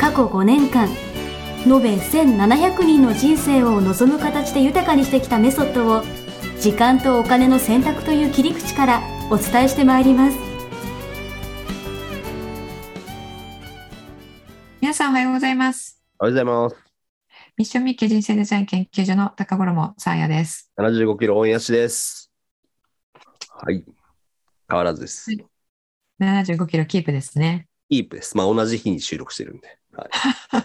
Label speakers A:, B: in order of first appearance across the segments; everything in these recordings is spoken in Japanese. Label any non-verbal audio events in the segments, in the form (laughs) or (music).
A: 過去5年間延べ1700人の人生を望む形で豊かにしてきたメソッドを時間とお金の選択という切り口からお伝えしてまいります
B: 皆さんおはようございます。
C: おはようござい
B: ミッションミッキー人生デザイン研究所の高頃もさあやです。
C: ます。75キロオンヤシです。はい。変わらずです。
B: はい75キロキープですね。
C: キープです。まあ同じ日に収録してるんで。はい、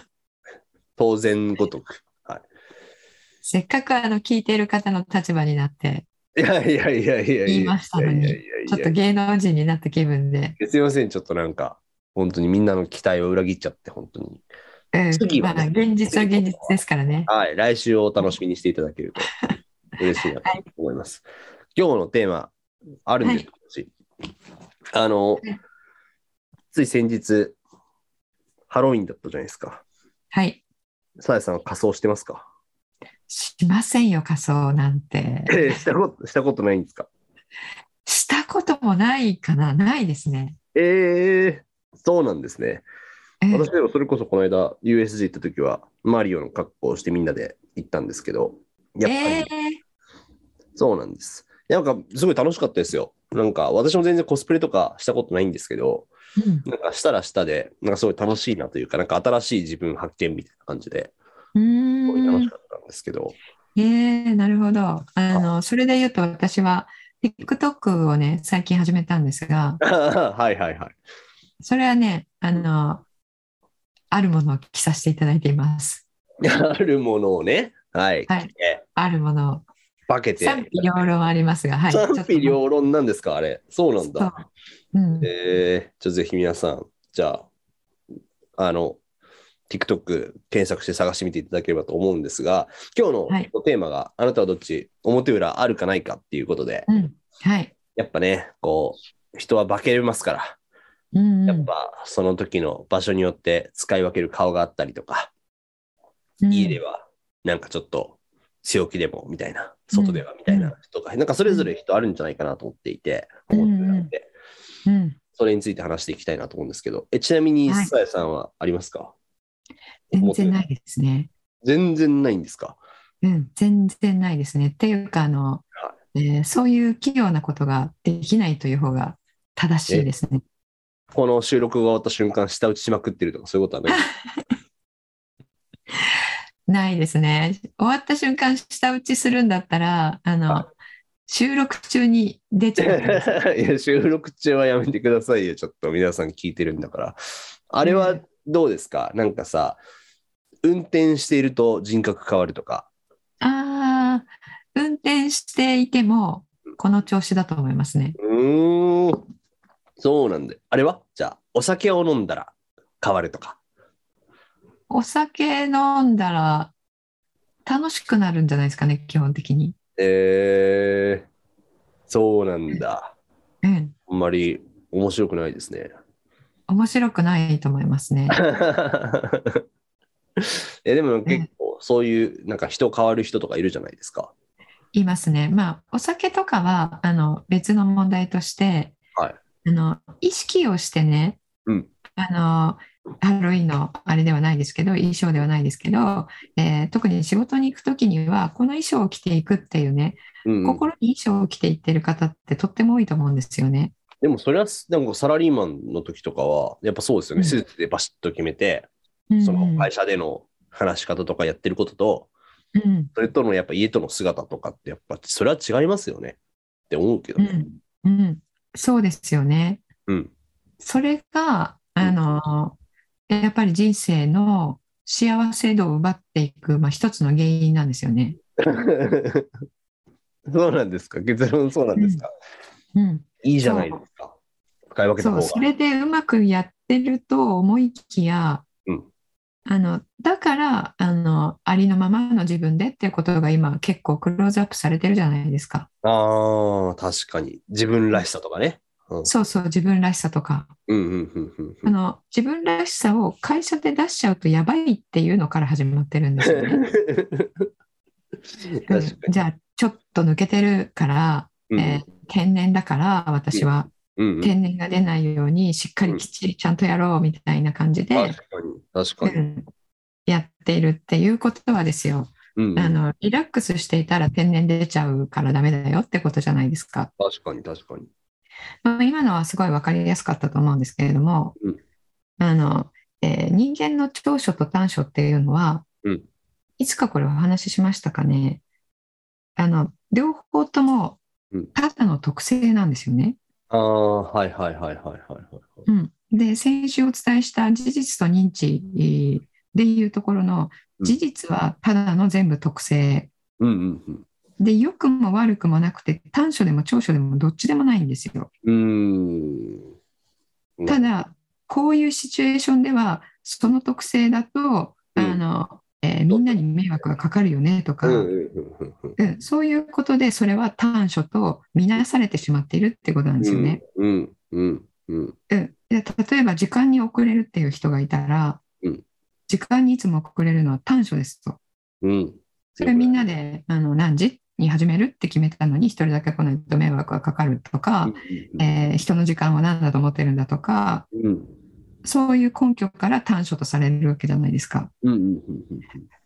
C: (laughs) 当然ごとく。
B: せっかくあの聞いている方の立場になって、
C: いやいやいやいやいや。
B: 言いましたのに
C: いやいやいやいや
B: ちょっと芸能人になった気分で、
C: すいません、ちょっとなんか、本当にみんなの期待を裏切っちゃって、本当に。
B: うん
C: 次
B: ま
C: はね
B: あ現実は現実ですからね。
C: はい。来週をお楽しみにしていただけ
B: (laughs)
C: ると嬉しいなと思います。今日のテーマ、あるんです、私あの
B: い、
C: つい先日、ハロウィンだったじゃないですか。
B: はい。
C: さやさんは仮装してますか
B: しませんよ、仮装なんて。
C: えーしたこと、したことないんですか
B: したこともないかなないですね。
C: ええそうなんですね。
B: うん
C: 私でもそれこそこの間、USJ 行った時は、マリオの格好をしてみんなで行ったんですけど、やっぱ
B: え
C: りそうなんです。なんか、すごい楽しかったですよ。なんか、私も全然コスプレとかしたことないんですけど、
B: ーうん
C: なんかしたらしたで、なんかすごい楽しいなというか、なんか新しい自分発見みたいな感じで、
B: う
C: すごい
B: ー
C: 楽
B: ん
C: しかったんですけど、 (laughs)
B: ええなるほど。あの、それで言うと私は TikTok をね、最近始めたんですが、
C: はいはいはい。
B: それはね、あの、あるものを着させていただいています。
C: あるものをね、はい、
B: はい
C: え
B: あるものを。
C: 化けて。
B: 賛否両論ありますが、はい。
C: 賛否両論なんですか、あれ。そうなんだ。
B: 論。うん。
C: えー、ちょっとぜひ皆さん、じゃあ、あの、TikTok 検索して探してみていただければと思うんですが、今日
B: はい
C: のテーマが、あなたはどっち、表裏あるかないかっていうことで、
B: うん。はい。
C: やっぱね、こう、人は化けれますから、
B: うんう
C: や
B: ん
C: っぱその時の場所によって使い分ける顔があったりとか、
B: うん
C: 家ではなんかちょっと強気でもみたいな、外ではみたいなとか、なんかそれぞれ人あるんじゃないかなと思っていて、
B: うん
C: 表裏って。
B: うん。
C: それについて話していきたいなと思うんですけど、えちなみに、
B: はい
C: さやさんはありますか
B: 全然ないですね。
C: 全然ないんですか
B: うん。全然ないですね。っていうか、あの、
C: は
B: えーそういう器用なことができないという方が正しいですね。
C: この収録が終わった瞬間、舌打ちしまくってるとか、そういうことはない
B: ないですね。終わった瞬間、舌打ちするんだったら、あの、
C: はい
B: 収録中に出ちゃうから。
C: いや収録中はやめてくださいよ、ちょっと皆さん聞いてるんだから。あれはどうですか、なんかさ、運転していると人格変わるとか。
B: ああ、運転していても、この調子だと思いますね。
C: うーん、そうなんで。あれはじゃあ、お酒を飲んだら変わるとか。
B: お酒飲んだら、楽しくなるんじゃないですかね、基本的に。
C: えー、そうなんだ。
B: うん。
C: あんまり面白くないです (laughs) ね。
B: 面白くないと思いますね。
C: えでも結構そういうなんか人変わる人とかいるじゃないですか。
B: いますね。まあ、お酒とかは、あの、別の問題として、
C: はい
B: あの、意識をしてね、
C: うん
B: あの、ハロウィンのあれではないですけど、衣装ではないですけど、えー特に仕事に行くときには、この衣装を着ていくっていうね、
C: うんうん、
B: 心に衣装を着ていってる方ってとっても多いと思うんですよね。
C: でもそれはでもサラリーマンの時とかはやっぱそうですよね、
B: うん
C: スーツでバシッと決めて
B: うん
C: その会社での話し方とかやってることと
B: うん
C: それとのやっぱ家との姿とかってやっぱそれは違いますよねって思うけど
B: う
C: ね。
B: んうん、そうですよね。
C: うん
B: それが、あの、やっぱり人生の幸せ度を奪っていく、まあ、一つの原因なんですよね。
C: (laughs) そうなんですか結論そうなんですか、
B: うん、
C: いいじゃないですか使い分けた
B: そ
C: 方
B: う
C: が。
B: それでうまくやってると思いきや、
C: うん
B: あのだからあのありのままの自分でっていうことが今結構クローズアップされてるじゃないですか。
C: ああ、確かに。自分らしさとかね。
B: そうそう自分らしさとか
C: うんうんうんうんう
B: あ
C: ん。
B: の自分らしさを会社で出しちゃうとやばいっていうのから始まってるんですよね。
C: (laughs) 確
B: う
C: か
B: ん
C: に。
B: じゃあちょっと抜けてるから、
C: うん
B: えー天然だから私は
C: うんうん
B: 天然が出ないようにしっかりきっちりちゃんとやろうみたいな感じで、
C: 確かに。確
B: う
C: かに。
B: ん、やっているっていうことはですよ
C: うんうん
B: あのリラックスしていたら天然出ちゃうからダメだよってことじゃないですか。
C: 確かに、確かに。
B: まあ、今のはすごい分かりやすかったと思うんですけれども、
C: うん
B: あのえー人間の長所と短所っていうのは、
C: うん
B: いつかこれお話ししましたかねあの両方とも
C: うん
B: ただの特性なんですよね。
C: ああ、はいはいはいはいはいはい。
B: うん、で先週お伝えした事実と認知えーでいうところの
C: うん
B: 事実はただの全部特性
C: うんうん
B: で良くも悪くもなくて短所でも長所でもどっちでもないんですよ。
C: うん。うーん。
B: ただこういうシチュエーションではその特性だと、
C: うん
B: あのえーみんなに迷惑がかかるよねとか、
C: う
B: うんん
C: うんうんうんうん。
B: そういうことでそれは短所と見なされてしまっているってことなんですよね。
C: うんうんう
B: う
C: ん
B: んで例えば時間に遅れるっていう人がいたら、
C: うん
B: 時間にいつも遅れるのは短所ですと。
C: うん。
B: それみんなであの何時に始めるって決めたのに一人だけ来ないと迷惑がかかると
C: う
B: か
C: ん、
B: えー人の時間を何だと思ってるんだとか
C: うん
B: そういう根拠から短所とされるわけじゃないですか。
C: うんうん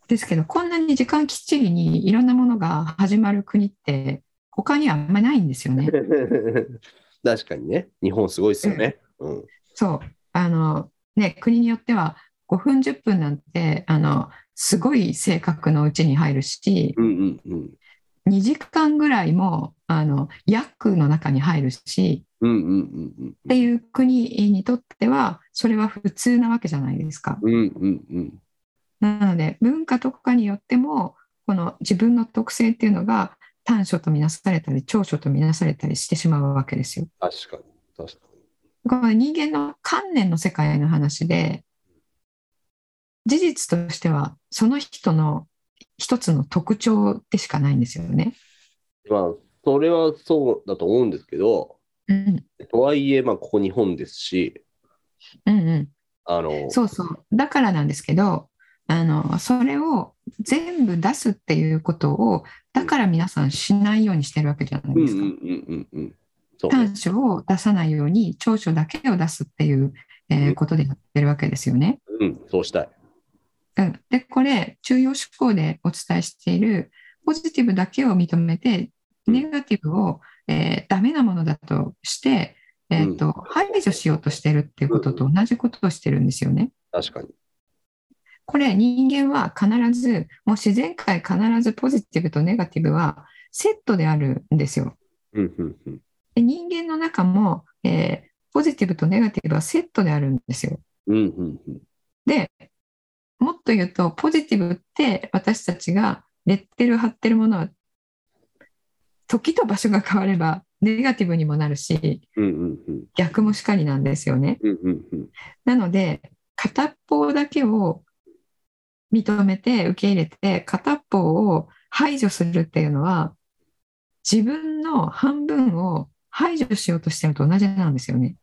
B: ですけどこんなに時間きっちりにいろんなものが始まる国って他にはあんまりないんですよね
C: (laughs) う。ん確かにね、日本すごいですよね。うん
B: そうあのね国によっては5分10分なんてあのすごい正確のうちに入るし
C: うんうんうん
B: 2時間ぐらいもあの約の中に入るし
C: うんうんうんうん
B: っていう国にとってはそれは普通なわけじゃないですか。
C: うんうんうん
B: なので文化とかによってもこの自分の特性っていうのが短所とみなされたり長所とみなされたりしてしまうわけですよ。
C: 確かに確か
B: これ人間の観念の世界の話で事実としてはその人の一つの特徴でしかないんですよね。
C: に。まあそれはそうだと思うんですけど、
B: うん
C: とはいえまあここ日本ですし、
B: うん
C: あ
B: う
C: の
B: ん、そうそうだからなんですけどあのそれを全部出すっていうことをだから皆さんしないようにしてるわけじゃない
C: うん
B: です
C: うんう
B: か。
C: んうんうんそうね
B: 短所を出さないように長所だけを出すっていう、えー
C: うん
B: ことでやってるわけですよね。
C: うんそうしたい。
B: うん、でこれ中庸思考でお伝えしているポジティブだけを認めて
C: うん
B: ネガティブを、えーダメなものだとして、えーと排除しようとしてるっていうことと同じことをしてるんですよね。
C: 確かに。
B: これ人間は必ずもう自然界必ずポジティブとネガティブはセットであるんですよ。
C: うんうんうん
B: で人間の中も、えーポジティブとネガティブはセットであるんですよ。
C: うんうんうん
B: でもっと言うとポジティブって私たちがレッテル貼ってるものは時と場所が変わればネガティブにもなるし
C: うんうんうん
B: 逆もしかりなんですよね。
C: うんうんうん
B: なので片っぽだけを認めて受け入れて片っぽを排除するっていうのは自分の半分を排除しようとしてるのと同じなんですよね。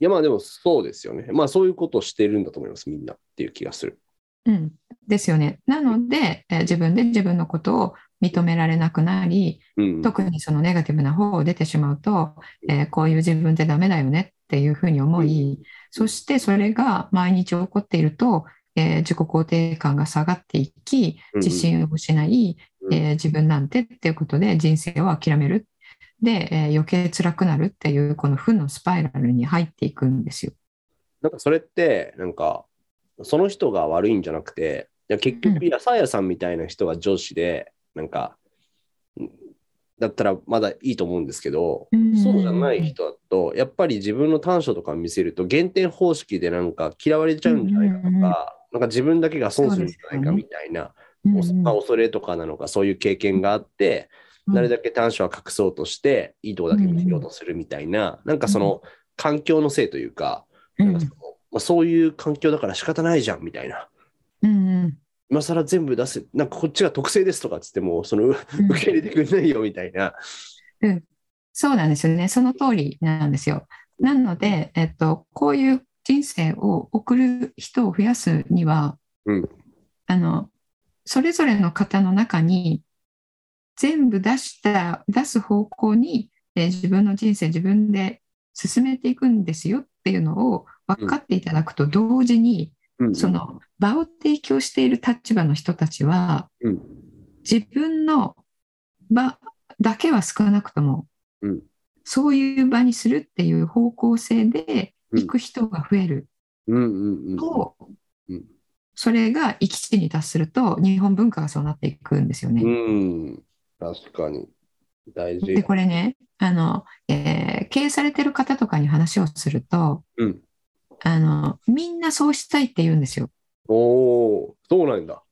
C: いやまあでもそうですよね。まあそういうことをしてるんだと思います、みんなっていう気がする。
B: うん、ですよね。なので、えー自分で自分のことを認められなくなり、
C: うん、
B: 特にそのネガティブな方を出てしまうと、えーこういう自分ってダメだよねっていうふうに思い、そしてそれが毎日起こっていると、えー自己肯定感が下がっていき、
C: うん
B: 自信を失い、
C: うん
B: えー自分なんてっていうことで人生を諦める。で、えー余計辛くなるっていう、この負のスパイラルに入っていくんですよ。
C: なんかそれって、なんか、その人が悪いんじゃなくて、いや結局、いや、さやさんみたいな人が上司で、なんか、うんだったらまだいいと思うんですけど、
B: うん
C: そうじゃない人だと、やっぱり自分の短所とか見せると、減点方式でなんか嫌われちゃうんじゃないかと
B: うんうんうん
C: か、なんか自分だけが損するんじゃないかみたいな、おそまあ恐れとかなのか、そういう経験があって、なるだけ短所は隠そうとして、いいとこだけ見せようとするみたいな、なんかその環境のせいというか、
B: う
C: なんんかそのまあ、そういう環境だから仕方ないじゃんみたいな。
B: うん
C: 今更全部出せ、なんかこっちが特性ですとかっつっても、その受
B: うん
C: け入れてくれないよみたいな。
B: そうなんですよね。その通りなんですよ。なので、えっと、こういう人生を送る人を増やすには、
C: うん
B: あの、それぞれの方の中に、全部出した、出す方向に、えー自分の人生自分で進めていくんですよっていうのを分かっていただくと同時に、
C: うん
B: その場を提供している立場の人たちは、
C: うん
B: 自分の場だけは少なくとも、
C: うん
B: そういう場にするっていう方向性で
C: うん
B: 行く人が増える
C: うんうんうん。
B: と、
C: うん
B: それが行き地に達すると日本文化がそうなっていくんですよね。
C: うん。確かに。大事
B: で。これねあの、えー経営されてる方とかに話をすると
C: うん。
B: あのみんなそうしたいって言うんですよ。
C: おお、そうなんだ。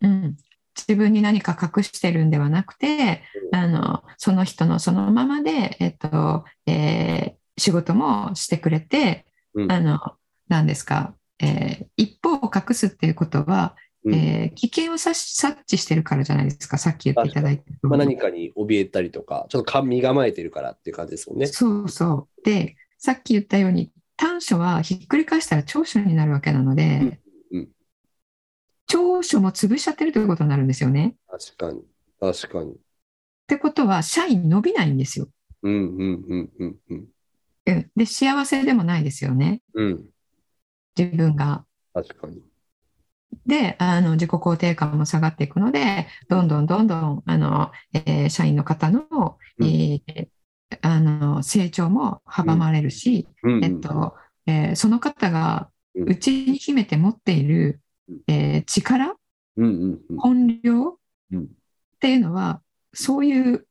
B: うん、自分に何か隠してるんではなくて
C: う
B: あのその人のそのままで、えっとえー仕事もしてくれて、
C: うん
B: あの何ですか、えー一方を隠すっていうことは、
C: うん
B: えー危険を察し察知してるからじゃないですかさっき言っていただいた通り
C: まあ、何かに怯えたりとか、ちょっと身構えてるからっていう感じですもんね。
B: そうそうでさっき言ったように短所はひっくり返したら長所になるわけなので、
C: うんうん
B: 長所も潰しちゃってるということになるんですよね。
C: 確かに。確かに。
B: ってことは社員伸びないんですよ。
C: うんうんうんうんうん。
B: うんで幸せでもないですよね
C: うん。
B: 自分が。
C: 確かに。
B: であの自己肯定感も下がっていくのでどんどんどんどんあの、えー社員の方の,、
C: うん
B: えーあの成長も阻まれるし、
C: うんうん
B: えっとえーその方が
C: うん
B: 内に秘めて持っている、えー力
C: うんうんうん。
B: 本領
C: うん
B: っていうのはそういう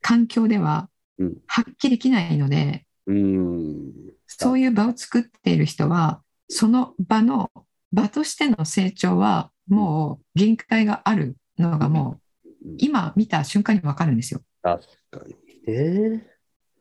B: 環境では
C: うん
B: 発揮できないので。
C: うん。
B: そういう場を作っている人は、その場の、場としての成長は、もう限界があるのがもう
C: うん、
B: 今見た瞬間にわかるんですよ。
C: 確かに。ええ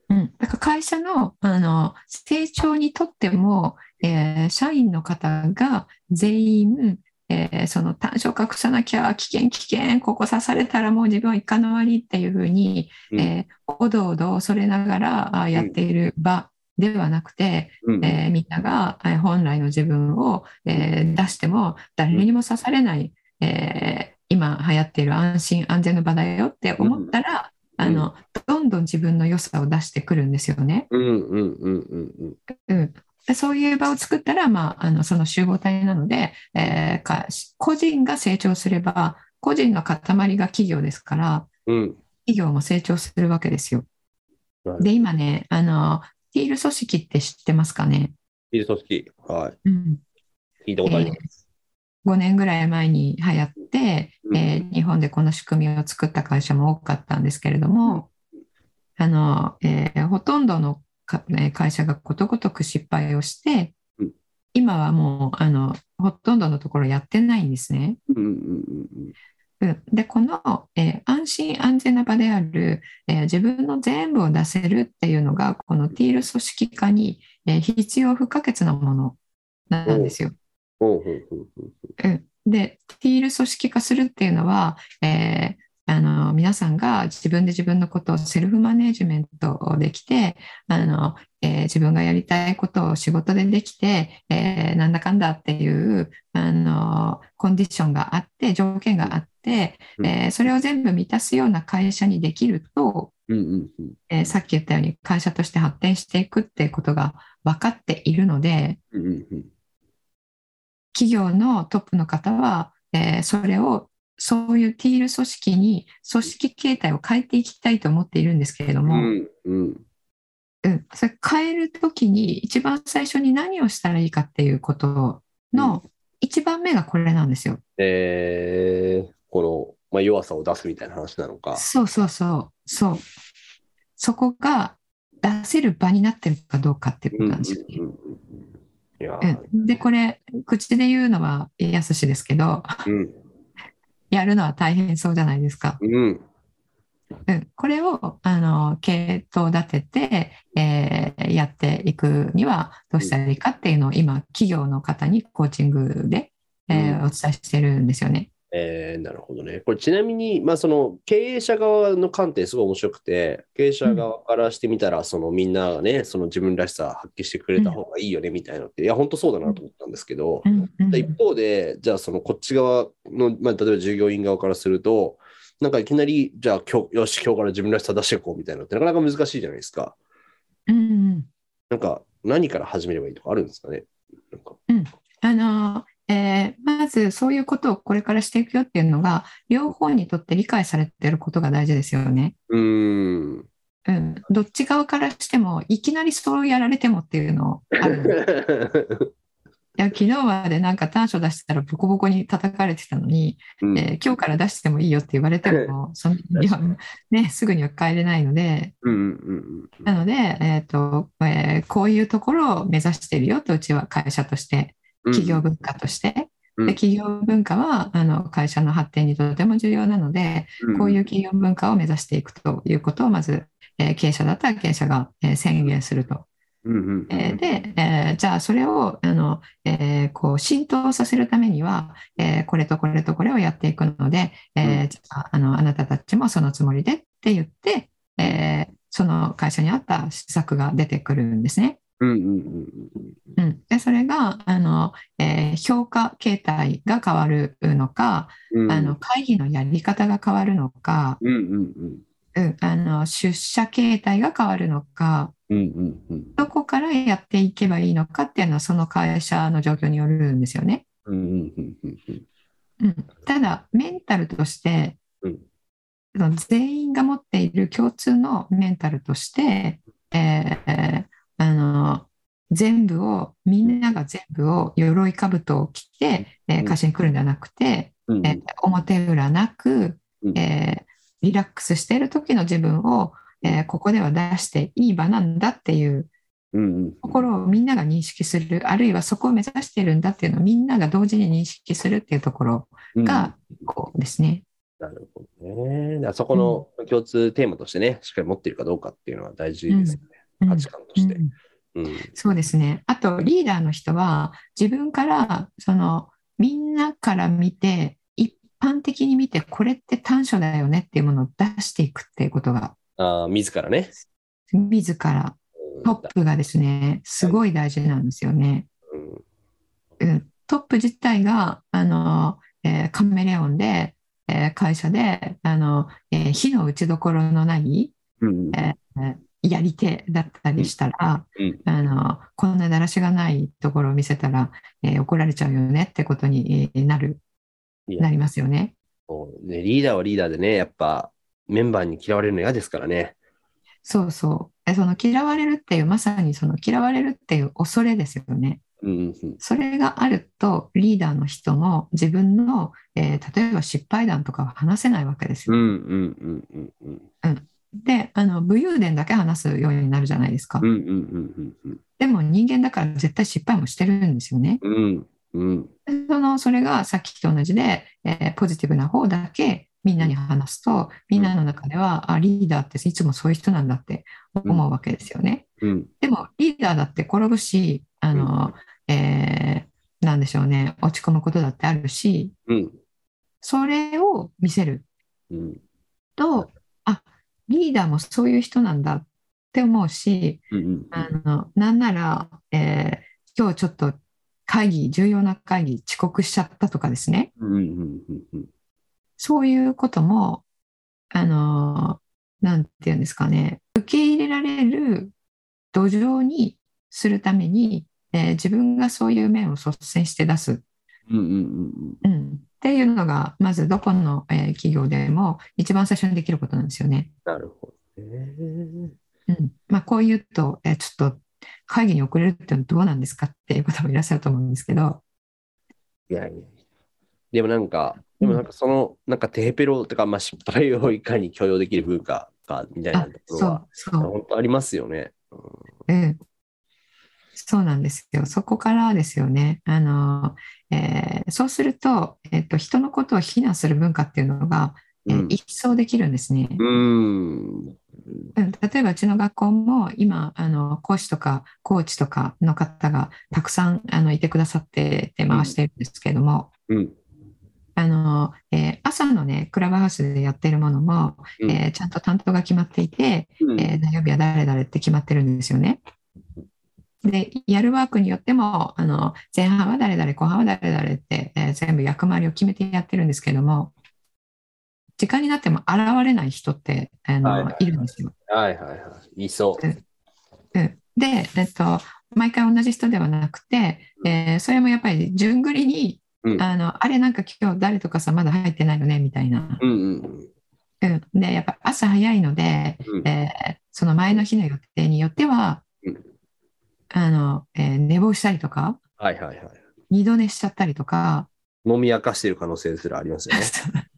B: うん。だから会社の、あの、成長にとっても、えー社員の方が全員、えーその短所を隠さなきゃ危険危険ここ刺されたらもう自分は一家の終わりっていうふうに、
C: うん
B: えーおどおど恐れながらあーやっている場ではなくて、
C: うん
B: えーみんながえー本来の自分を、えー出しても誰にも刺されない、えー今流行っている安心安全の場だよって思ったら、
C: うん
B: あのどんどん自分の良さを出してくるんですよね。
C: うんうんうんうんうん。
B: うん、でそういう場を作ったら、まあ、あのその集合体なので、えーか個人が成長すれば個人の塊が企業ですから
C: うん。
B: 企業も成長するわけですよ
C: なるほ。ど
B: で今ねあのティール組織って知ってますかね、
C: ビル組織。はい。
B: うん
C: 聞いたことあります。
B: 5年ぐらい前に流行って、
C: うん
B: えー日本でこの仕組みを作った会社も多かったんですけれども、あのえーほとんどのかえー会社がことごとく失敗をして
C: うん、
B: 今はもうあのほとんどのところやってないんですね。
C: うんうんうんうん。
B: うんでこの、えー安心安全な場である、えー自分の全部を出せるっていうのがこのティール組織化に、えー必要不可欠なものなんですよ。
C: ほうほうほうほう。
B: で、ティール組織化するっていうのは、えーあの皆さんが自分で自分のことをセルフマネジメントをできてあの、えー自分がやりたいことを仕事でできて、えーなんだかんだっていうあのコンディションがあって条件があって、
C: うん
B: えーそれを全部満たすような会社にできると、
C: うんうんうん。
B: えーさっき言ったように会社として発展していくっていうことが分かっているので、
C: うんうんうん。
B: 企業のトップの方は、えーそれをそういうティール組織に組織形態を変えていきたいと思っているんですけれど
C: う
B: も、うん
C: んうん。
B: それ変える時に一番最初に何をしたらいいかっていうことの一番目がこれなんですよ。
C: えー、この、まあ、弱さを出すみたいな話なのか。
B: そうそうそうそうそこが出せる場になってるかどうかっていうこと
C: うん
B: なんですよね。
C: うんうんうんいや
B: う
C: ー、
B: ん、でこれ口で言うのはやすしですけど
C: うん、
B: やるのは大変そうじゃないですか。
C: うん、
B: うん、これをあの系統立てて、えーやっていくにはどうしたらいいかっていうのを今企業の方にコーチングでえー
C: うん
B: お伝えしてるんですよね。
C: えーなるほどね。これちなみに、まあ、その経営者側の観点すごい面白くて、経営者側からしてみたら、そのみんながね、その自分らしさ発揮してくれた方がいいよねみたいなのって、いや、本当そうだなと思ったんですけど、
B: うんうん
C: 一方で、じゃあそのこっち側の、まあ、例えば従業員側からすると、なんかいきなり、じゃあ今日、よし、今日から自分らしさ出していこうみたいなのってなかなか難しいじゃないですか。
B: うんうん
C: なんか何から始めればいいとかあるんですかね。なんか
B: あのえーまずそういうことをこれからしていくよっていうのが両方にとって理解されてることが大事ですよね。
C: うーん。
B: うん、どっち側からしてもいきなりそうやられてもっていうのあるのでいや昨日までなんか短所出してたらボコボコに叩かれてたのに、 (laughs)
C: うん
B: えー今日から出してもいいよって言われてもそのいやね、すぐには帰れないので
C: うんうんうんうん
B: なので、えーとえーこういうところを目指してるよとうちは会社として企業文化として、
C: うん
B: で企業文化はあの会社の発展にとても重要なので、
C: うん
B: こういう企業文化を目指していくということをまず、えー経営者だったら経営者が、えー宣言すると。
C: うんうん
B: えーで、えーじゃあそれをあの、えーこう浸透させるためには、えーこれとこれとこれをやっていくので、えー
C: う
B: じゃああのあなたたちもそのつもりでって言って、えーその会社に合った施策が出てくるんですね。
C: うんうんうんうん
B: うん、でそれがあの、えー評価形態が変わるのか、
C: うん
B: あの会議のやり方が変わるのか、
C: うんうんうん
B: うん、あの出社形態が変わるのか、
C: うんうんうん
B: どこからやっていけばいいのかっていうのはその会社の状況によるんですよね。
C: うんうんうんうんうん
B: うん、ただメンタルとして、
C: うん
B: その全員が持っている共通のメンタルとして、えーあの全部をみんなが全部を鎧兜を着て、えー
C: うん
B: 会社に来るんじゃなくて、
C: うんうん
B: えー表裏なく、
C: うん
B: えーリラックスしている時の自分を、えーここでは出していい場なんだっていう
C: うん
B: ところをみんなが認識するあるいはそこを目指してるんだっていうのをみんなが同時に認識するっていうところ
C: うん
B: がこうですね。
C: なるほどね。だからそこの共通テーマとしてね、しっかり持っているかどうかっていうのは大事ですよね。
B: うん
C: 価値観として
B: う。ん
C: うん。
B: そうですねあとリーダーの人は自分からそのみんなから見て一般的に見てこれって短所だよねっていうものを出していくっていうことが
C: あー自らね。
B: 自ら
C: うん
B: トップがですねすごい大事なんですよね。
C: うん
B: うん、トップ自体があの、えーカメレオンで、えー会社であの、えー火の打ちどころのない
C: うん
B: えやり手だったりしたら、
C: うん
B: あのこんなだらしがないところを見せたら、えー怒られちゃうよねってことにえーなる
C: いや
B: なりますよね。
C: そうねリーダーはリーダーでね、やっぱメンバーに嫌われるの嫌ですからね。
B: そうそうえその嫌われるっていうまさにその嫌われるっていう恐れですよね。
C: うんうん
B: それがあるとリーダーの人も自分の、えー例えば失敗談とかは話せないわけですよ
C: うんうんうんうんうん
B: であの武勇伝だけ話すようになるじゃないですか、
C: うんうんうんうん
B: でも人間だから絶対失敗もしてるんですよね
C: うんうん
B: そのそれがさっきと同じで、えーポジティブな方だけみんなに話すとみんなの中では、あリーダーっていつもそういう人なんだって思うわけですよね、
C: うん
B: でもリーダーだって転ぶしあの、えーなんでしょうね落ち込むことだってあるし
C: うん
B: それを見せる
C: うん
B: とあリーダーもそういう人なんだって思うし
C: うん
B: あのなんなら、えー今日ちょっと会議重要な会議遅刻しちゃったとかですね
C: うんうんうんうん
B: そういうこともあのなんていうんですかね受け入れられる土壌にするために、えー自分がそういう面を率先して出す、
C: うんうんうん
B: うん、っていうのがまずどこの、えー企業でも一番最初にできることなんですよね。
C: なるほどね。
B: うんまあ、こう言うと、えーちょっと会議に遅れるっていうのはどうなんですかっていう方もいらっしゃると思うんですけど、
C: いやいやいやでもなんか、でもなんかその、なんかテヘペロとか、まあ失敗をいかに許容できる文化か、みたいな
B: あ
C: ところ
B: そ
C: は、
B: うそう、
C: 本当ありますよね。
B: うん、そうなんですよ。そこからですよね。あのえーそうすると、えっと人のことを非難する文化っていうのが、え
C: う
B: ー
C: ん。
B: 一層できるんですね。
C: うん。
B: うん例えばうちの学校も今あの講師とかコーチとかの方がたくさんあのいてくださってて回してるんですけども、
C: うん。
B: あの、えー朝のね、クラブハウスでやってるものも、
C: うん
B: えーちゃんと担当が決まっていて、
C: うん
B: えー何曜日は誰々って決まってるんですよね。で、やるワークによっても、あの、前半は誰々、後半は誰々って、えー全部役回りを決めてやってるんですけども、時間になっても現れない人って、あの、
C: はい
B: い
C: はい
B: るんですよ。
C: はいはいはい。いそう。
B: うんで、えっと、毎回同じ人ではなくて、えーそれもやっぱり順繰りに、
C: うん
B: あの、あれなんか今日誰とかさ、まだ入ってないよね、みたいな。
C: うんうん
B: うん、でやっぱ朝早いので、
C: うん。うん
B: えーその前の日の予定によっては、
C: うん
B: あのえー寝坊したりとか
C: はいはいはい。
B: 二度寝しちゃったりとか、
C: 飲み明かしてる可能性すらあります
B: (laughs)
C: よね。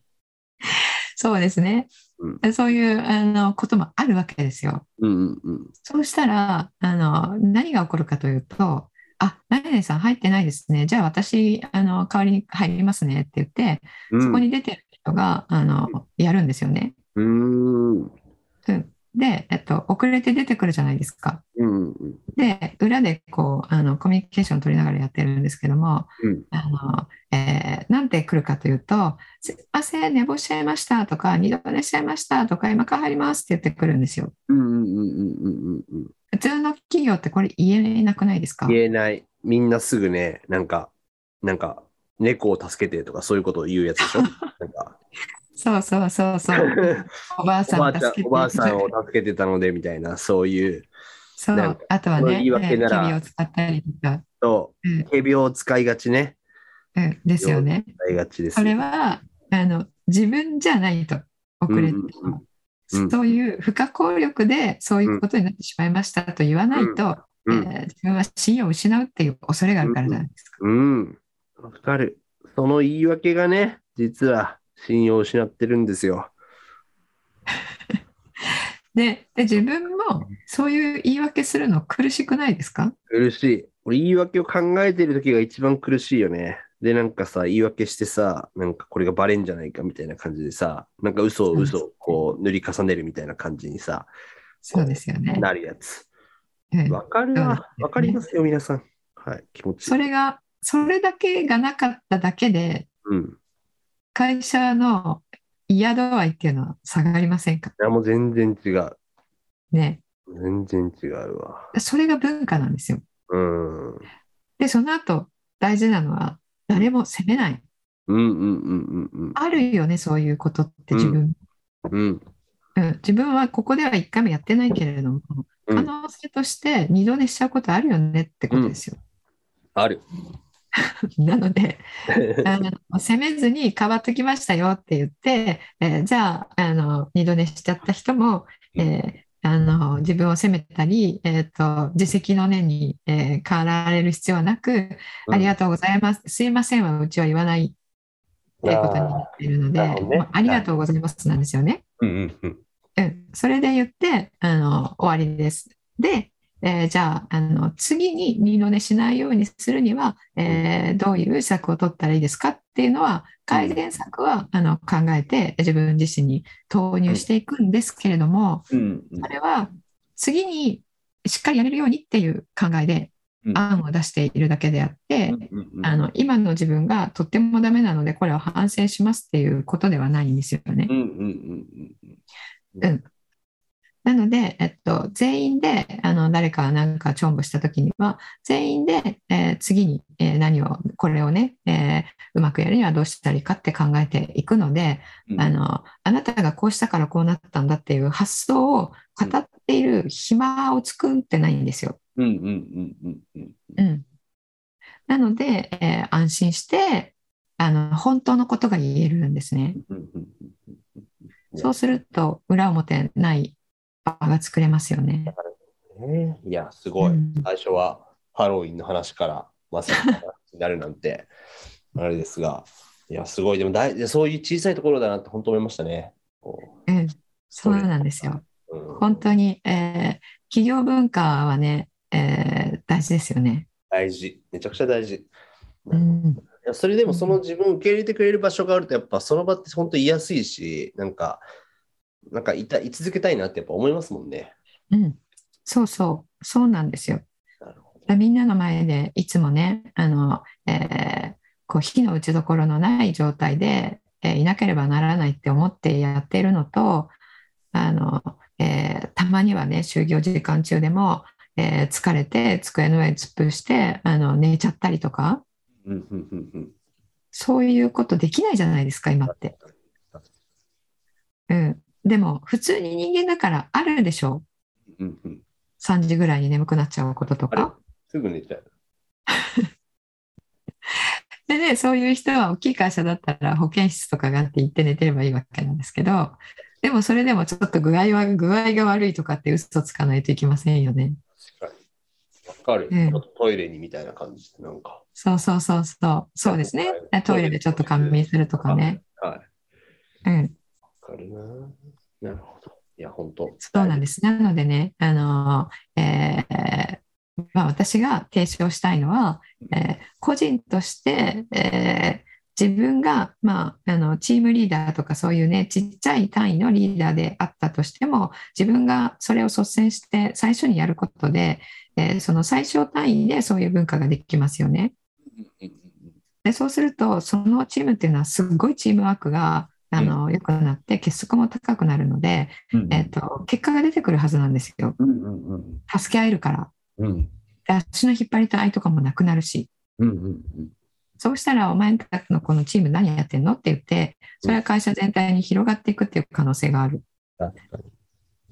B: そうですね、そういうあのこともあるわけですよ。
C: うんうんうん。
B: そうしたらあの何が起こるかというと「あ何々さん入ってないですねじゃあ私あの代わりに入りますね」って言って
C: うん、
B: そこに出てる人があのやるんですよね。
C: うーん。うん
B: で、えっと、遅れて出てくるじゃないですか。
C: うんうん。
B: で裏でこうあのコミュニケーション取りながらやってるんですけども、
C: うん
B: あのえーなんて来るかというと「すいません寝坊しちゃいました」とか「二度寝しちゃいました」とか「今から入ります」って言ってくるんですよ。
C: うんうんうんうんうんうん。
B: 普通の企業ってこれ言えなくないですか
C: 言えない。みんなすぐね、なんか、なんか、猫を助けてとかそういうことを言うやつでし
B: (laughs)
C: ょなんか、
B: そうそうそうそう。
C: (laughs)
B: おばあ
C: お
B: さ
C: ば
B: ん
C: あちゃ
B: 助
C: ん
B: け、て
C: おばあさんを助けてたのでみたいな、そういう、
B: そ
C: なん
B: う
C: か
B: あとは
C: この
B: ね
C: 言い訳なら
B: キビを使ったりとか、
C: と
B: うん、
C: 仮病を使いがちね。
B: うん、ですよね。
C: 使いがちです
B: それ
C: ね。
B: はあの自分じゃないと遅れて
C: うんうんうんうん
B: そういう不可抗力でそういうことになってしまいましたと言わないと、
C: うん。
B: えー自分は信用を失うっていう恐れがあるからじゃないですか。
C: うん。わかる。その言い訳がね、実は信用を失ってるんですよ。
B: でで自分もそういう言い訳するの苦しくないですか
C: 苦しい。俺、言い訳を考えてる時が一番苦しいよね。で、なんかさ、言い訳してさ、なんかこれがバレんじゃないかみたいな感じでさ、なんか嘘を
B: そうです
C: 嘘をこう塗り重ねるみたいな感じにさ、
B: そうですよね。
C: なるや
B: う
C: つ。
B: ん
C: わかる
B: そう
C: わ
B: です。ね
C: わかりますよ、皆さん。はい、気持ちい
B: そ
C: い。
B: れがそれだけがなかっただけで
C: うん。
B: 会社の嫌度合いっていうのは下がりませんか
C: いや、もう全然違う。
B: ね。
C: 全然違うわ。
B: それが文化なんですよ。
C: うん。うん
B: でその後大事なのは誰も責めない。
C: うんうんうんうん
B: あるよねそういうことって自分
C: うん。
B: うん、自分はここでは一回もやってないけれども、
C: うん
B: 可能性として二度寝しちゃうことあるよねってことですよ。
C: ある。
B: (laughs) なのであの、責めずに変わってきましたよって言って、えーじゃああの、二度寝しちゃった人も、えーあの自分を責めたり、えー、と自責の念に、えー変わられる必要はなく、ありがとうございます、すいませんはうちは言わないっていうことになっているので、
C: あーなるほどね
B: まあありがとうございますなんですよね。
C: うんうんうん。
B: うん、それで言ってあの終わりです。で、えーじゃああの次に二度寝しないようにするには、えーどういう策を取ったらいいですかっていうのは改善策はあの考えて自分自身に投入していくんですけれども
C: うんうん
B: それは次にしっかりやれるようにっていう考えで
C: うん
B: 案を出しているだけであって
C: うんうん
B: あの今の自分がとってもダメなのでこれを反省しますっていうことではないんですよね。
C: うんうん
B: なので、えっと、全員であの誰かなんか帳簿した時には全員で、えー次に、えー何をこれをね、えーうまくやるにはどうしたらいいかって考えていくので、
C: うん
B: あのあなたがこうしたからこうなったんだっていう発想を語っている暇を作ってないんですよ。
C: うんうんうんうんうん
B: うん、なので、えー安心してあの本当のことが言えるんですね。
C: うんうん
B: そうすると裏表ない場が作れますよね。
C: うんねいやすごい、
B: うん
C: 最初はハロウィンの話からまさかの話になるなんてあれですがいやすごいでも大でそういう小さいところだなって本当思いましたねこ
B: うん、そう
C: れ
B: なんですよ。
C: う、うん
B: 本当に、えー企業文化はね、えー大事ですよね。
C: 大事めちゃくちゃ大事
B: うん、
C: いやそれでもその自分を受け入れてくれる場所があるとやっぱその場って本当に居やすいしなんかなんかいた居続けたいなってやっぱ思いますもんね。
B: うん、そうそう、そうなんですよ。
C: なるほど。
B: みんなの前でいつもね、あの、えーこう火の打ちどころのない状態で、えーいなければならないって思ってやっているのとあの、えーたまにはね就業時間中でも、えー疲れて机の上に突っ伏してあの寝ちゃったりとか
C: うんうんうんうん
B: そういうことできないじゃないですか今って。うん、でも普通に人間だからあるでしょ
C: うんうん
B: 3時ぐらいに眠くなっちゃうことと
C: あれ
B: か。
C: すぐ寝ちゃう。
B: でね、そういう人は大きい会社だったら保健室とかがあって行って寝てればいいわけなんですけど、でもそれでもちょっと具合は、具合が悪いとかって嘘つかないといけませんよね。
C: 確かに。わかる。
B: うん
C: ちょっとトイレにみたいな感じで、なんか。
B: そうそうそうそう。そうですね。トイレでちょっと仮眠するとかね。
C: はい。
B: うん。
C: わかるな。なるほど。いや、本当。。
B: そうなんですす。なのでね、あのえーまあ、私が提唱したいのは、えー個人として、えー自分が、まあ、あのチームリーダーとかそういうねちっちゃい単位のリーダーであったとしても自分がそれを率先して最初にやることで、えーその最小単位でそういう文化ができますよね。
C: うんうん
B: でそうするとそのチームっていうのはすごいチームワークがあの良くなって結束も高くなるので、
C: うん
B: えー、と結果が出てくるはずなんですよ。
C: うんうんうん
B: 助け合えるから
C: うん
B: で足の引っ張りと合いとかもなくなるし
C: うんうんうん
B: そうしたらお前たちのこのチーム何やってんのって言ってそれは会社全体に広がっていくっていう可能性がある
C: 確かに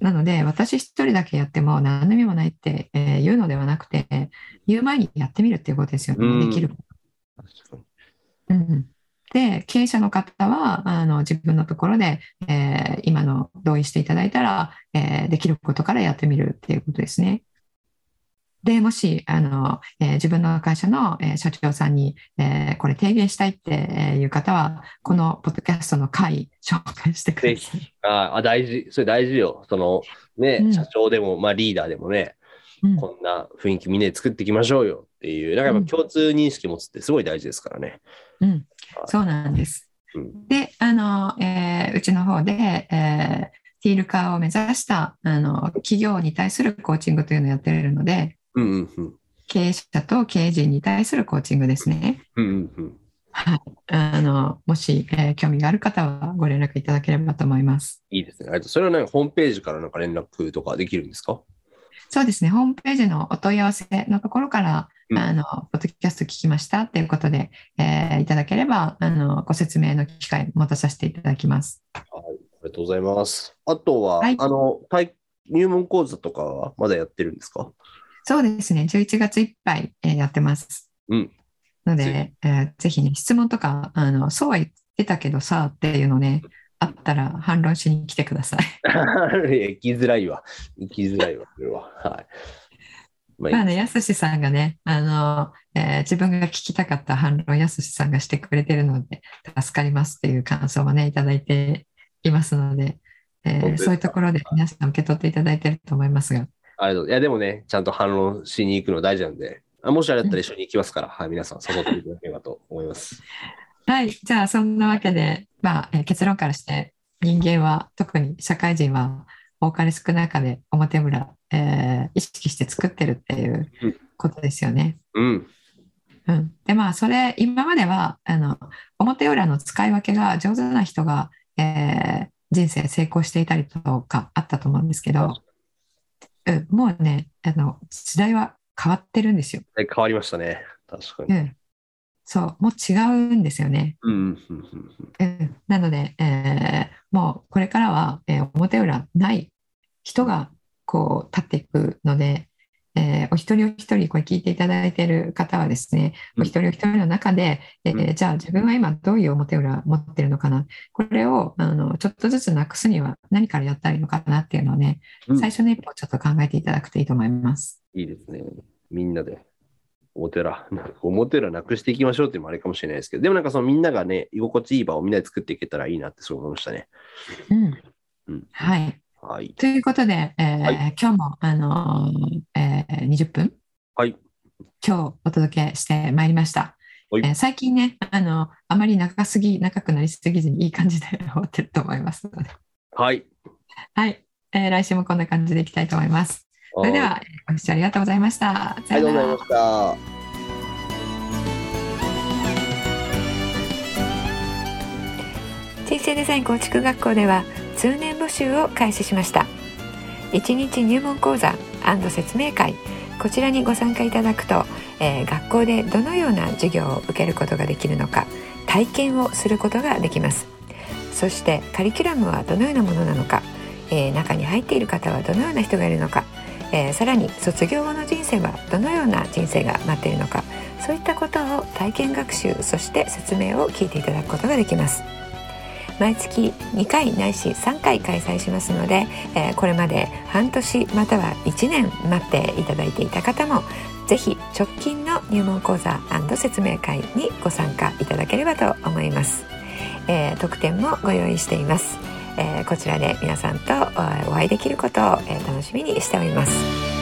B: なので私一人だけやっても何の意味もないって、えー言うのではなくて言う前にやってみるっていうことですよね、
C: うん
B: できる、
C: 確かに
B: うん、で経営者の方はあの自分のところで、えー今の同意していただいたら、えーできることからやってみるっていうことですね。でもしあの、えー自分の会社の、えー社長さんに、えーこれ提言したいっていう方はこのポッドキャストの回紹介してください。
C: ああ、大事。それ大事よ。その、ね、
B: うん
C: 社長でも、まあ、リーダーでもね、
B: うん
C: こんな雰囲気みんなで作っていきましょうよっていう、なんかやっぱ共通認識持つってすごい大事ですからね。
B: うん、そうなんです。
C: うん
B: で、あの、えーうちの方で、えーティール化を目指したあの企業に対するコーチングというのをやってるので、
C: うんうんうん
B: 経営者と経営陣に対するコーチングですね。
C: うんうんうん。
B: はい、あのもし、えー興味がある方はご連絡いただければと思います。
C: いいですね。ありがとうそれはね、ホームページからなんか連絡とかできるんですか
B: そうですね、ホームページのお問い合わせのところから、
C: うん
B: あのポッドキャスト聞きましたっていうことで、えーいただければあのご説明の機会持たさせていただきます。
C: ありがとうございます。あとは、
B: はい
C: あの、体入門講座とかはまだやってるんです (laughs) か
B: そうですね、11月いっぱい、えーやってます。
C: うん
B: ので、えーぜひね、質問とかあの、そうは言ってたけどさっていうのね、あったら反論しに来てください。
C: 行きづらいわ。行きづらいわ、これは。はい。まあいい
B: まあね、やすしさんがね、あの、えー自分が聞きたかった反論をやすしさんがしてくれてるので、助かりますっていう感想もね、いただいていますので、えー
C: 本当ですか
B: そういうところで皆さん受け取っていただいてると思いますが、
C: ありがとういや、でもね、ちゃんと反論しに行くの大事なんで、あもしあれだったら一緒に行きますから、はい、皆さん誘っていただければと思います。
B: はい、じゃあそんなわけで、まあ、えー結論からして、人間は、特に社会人は、多かれ少なかれ表裏、えー意識して作ってるっていうことですよね。
C: うん。
B: うん、でまあそれ今まではあの表裏の使い分けが上手な人が、えー人生成功していたりとかあったと思うんですけど、うん、もうねあの時代は変わってるんですよ。
C: え変わりましたね。確か
B: う
C: に。
B: ん、そうもう違うんですよね。
C: うん。うんうん
B: う
C: うん
B: ん、なので、えーもうこれからは、えー表裏ない人がこう立っていくので、えーお一人お一人これ聞いていただいている方はですね、
C: うん
B: お一人お一人の中で、えー
C: う
B: じゃあ自分は今どういう表裏持ってるのかなこれをあのちょっとずつなくすには何からやったらいいのかなっていうのをね、
C: うん
B: 最初の一歩をちょっと考えていただくといいと思います。
C: いいですね。みんなで。表ら、 (laughs) なんか表らなくしていきましょうっていうのもあれかもしれないですけど、でもなんかそのみんながね、居心地いい場をみんなで作っていけたらいいなってそう思いましたね。
B: うん
C: うん。
B: はい、
C: はい。
B: ということで、えー
C: はい
B: 今日も、あのーえー20分
C: はい。
B: 今日お届けしてまいりました。
C: はい
B: えー最近ねあの、あまり長すぎ、長くなりすぎずにいい感じで終わってると思いますので、 (laughs)
C: はい。
B: はい、えー来週もこんな感じでいきたいと思います。それで
C: あ
B: は、えーご視聴ありがとうございました。
C: ー、あ
B: さ
C: り
B: よ
C: が
B: う
C: と
B: な
C: うござ
B: ら
C: いました。
B: 生デザイン構築学校では通年募集を開始しました1日入門講座説明会こちらにご参加いただくと、えー学校でどのような授業を受けることができるのか体験をすることができますそしてカリキュラムはどのようなものなのか、えー中に入っている方はどのような人がいるのか、えーさらに卒業後の人生はどのような人生が待っているのかそういったことを体験学習そして説明を聞いていただくことができます毎月2回ないし3回開催しますので、えーこれまで半年または1年待っていただいていた方もぜひ直近の入門講座説明会にご参加いただければと思います、えー特典もご用意しています、えーこちらで皆さんとえーお会いできることをえー楽しみにしております